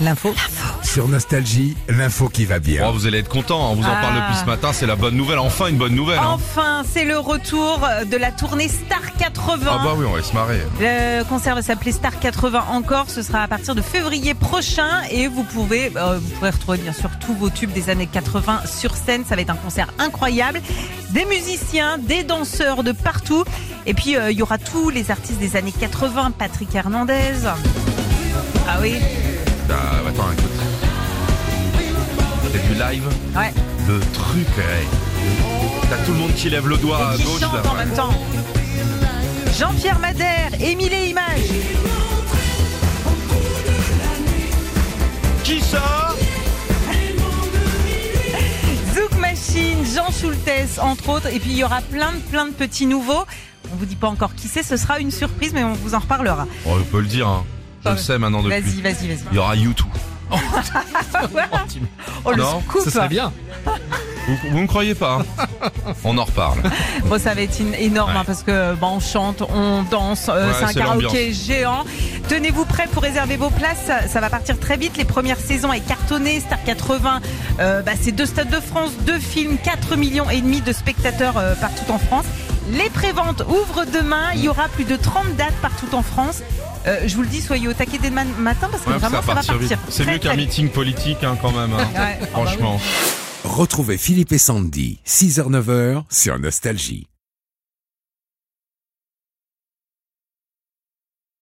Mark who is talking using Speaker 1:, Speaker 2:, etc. Speaker 1: L'info.
Speaker 2: Sur Nostalgie, l'info qui va bien.
Speaker 3: Oh, vous allez être content, on vous en
Speaker 1: Ah.
Speaker 3: parle depuis ce matin, c'est la bonne nouvelle, enfin une bonne nouvelle. hein.
Speaker 1: Enfin, c'est le retour de la tournée Star 80.
Speaker 3: Ah bah oui, on va se marrer.
Speaker 1: Le concert va s'appeler Star 80 encore. Ce sera à partir de février prochain et vous pouvez, euh, vous pourrez retrouver bien sûr tous vos tubes des années 80 sur scène. Ça va être un concert incroyable. Des musiciens, des danseurs de partout. Et puis euh, il y aura tous les artistes des années 80. Patrick Hernandez. Ah oui,
Speaker 3: Ah, bah, attends, écoute. C'est du live,
Speaker 1: ouais.
Speaker 3: le truc, hey. T'as tout le monde qui lève le doigt
Speaker 1: Et
Speaker 3: à
Speaker 1: qui
Speaker 3: gauche
Speaker 1: chante
Speaker 3: là.
Speaker 1: en même temps. Jean-Pierre Madère, Émile et Images.
Speaker 3: Qui ça
Speaker 1: Zouk Machine, Jean Schultes, entre autres. Et puis il y aura plein de, plein de petits nouveaux. On vous dit pas encore qui c'est, ce sera une surprise, mais on vous en reparlera.
Speaker 3: oh, On peut le dire, hein. je
Speaker 1: Ah
Speaker 3: le
Speaker 1: ouais.
Speaker 3: sais maintenant
Speaker 1: Vas-y,
Speaker 3: depuis.
Speaker 1: vas-y, vas-y.
Speaker 3: Il y aura YouTube.
Speaker 1: On Oh, le
Speaker 3: Non,
Speaker 1: scoop.
Speaker 4: bien.
Speaker 3: Vous, vous me croyez pas hein On en reparle.
Speaker 1: Bon, ça va être une- énorme
Speaker 3: Ouais.
Speaker 1: hein, parce que bah, on chante, on danse, euh,
Speaker 3: Ouais,
Speaker 1: c'est un
Speaker 3: c'est
Speaker 1: karaoké géant. Tenez-vous prêts pour réserver vos places, ça va partir très vite. Les premières saisons est cartonnées, Star 80, euh, bah, c'est deux stades de France, deux films, 4 millions et demi de spectateurs euh, partout en France. Les préventes ouvrent demain, il y aura plus de 30 dates partout en France. Euh, je vous le dis, soyez au taquet dès demain matin parce que
Speaker 3: Ouais,
Speaker 1: vraiment ça, va partir.
Speaker 3: vite. C'est
Speaker 1: très,
Speaker 3: mieux qu'un
Speaker 1: très vite.
Speaker 3: meeting politique hein, quand même. hein.
Speaker 1: Ouais. Ah bah
Speaker 3: Franchement.
Speaker 2: Retrouvez Philippe et Sandy, 6h-9h sur Nostalgie.